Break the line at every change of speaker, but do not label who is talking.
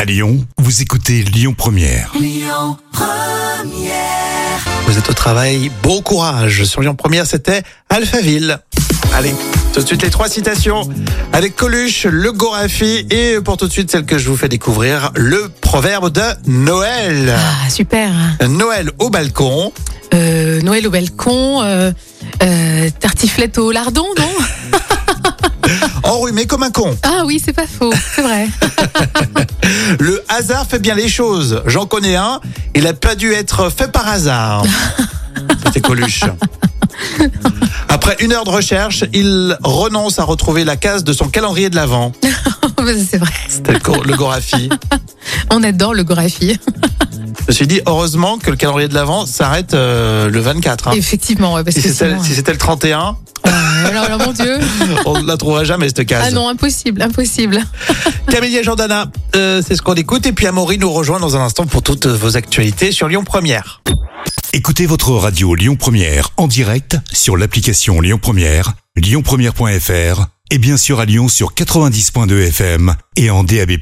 À Lyon, vous écoutez Lyon Première.
Vous êtes au travail, bon courage. Sur Lyon Première, c'était Alphaville. Allez, tout de suite les trois citations avec Coluche, le Gorafi et pour tout de suite celle que je vous fais découvrir, le proverbe de Noël.
Ah, super.
Noël au balcon.
Euh, Noël au balcon, euh, euh, tartiflette au lardon, non
Enrhumé comme un con.
Ah oui, c'est pas faux, c'est vrai.
Le hasard fait bien les choses. J'en connais un. Il n'a pas dû être fait par hasard. C'était Coluche. Après une heure de recherche, il renonce à retrouver la case de son calendrier de l'Avent.
c'est vrai.
C'était le Go- le Gorafi.
On adore le Gorafi.
Je me suis dit, heureusement que le calendrier de l'Avent s'arrête euh, le 24. hein.
Effectivement, ouais, parce
Si
que
c'était
sinon,
si c'était le 31,
euh, alors, alors, mon Dieu.
on ne la trouvera jamais, cette
Ah
case.
non, impossible, impossible.
Camille et Jordana, euh, c'est ce qu'on écoute. Et puis Amaury nous rejoint dans un instant pour toutes vos actualités sur Lyon Première.
Écoutez votre radio Lyon Première en direct sur l'application Lyon Première, lyonpremière.fr et bien sûr à Lyon sur 90.2 FM et en DAB+.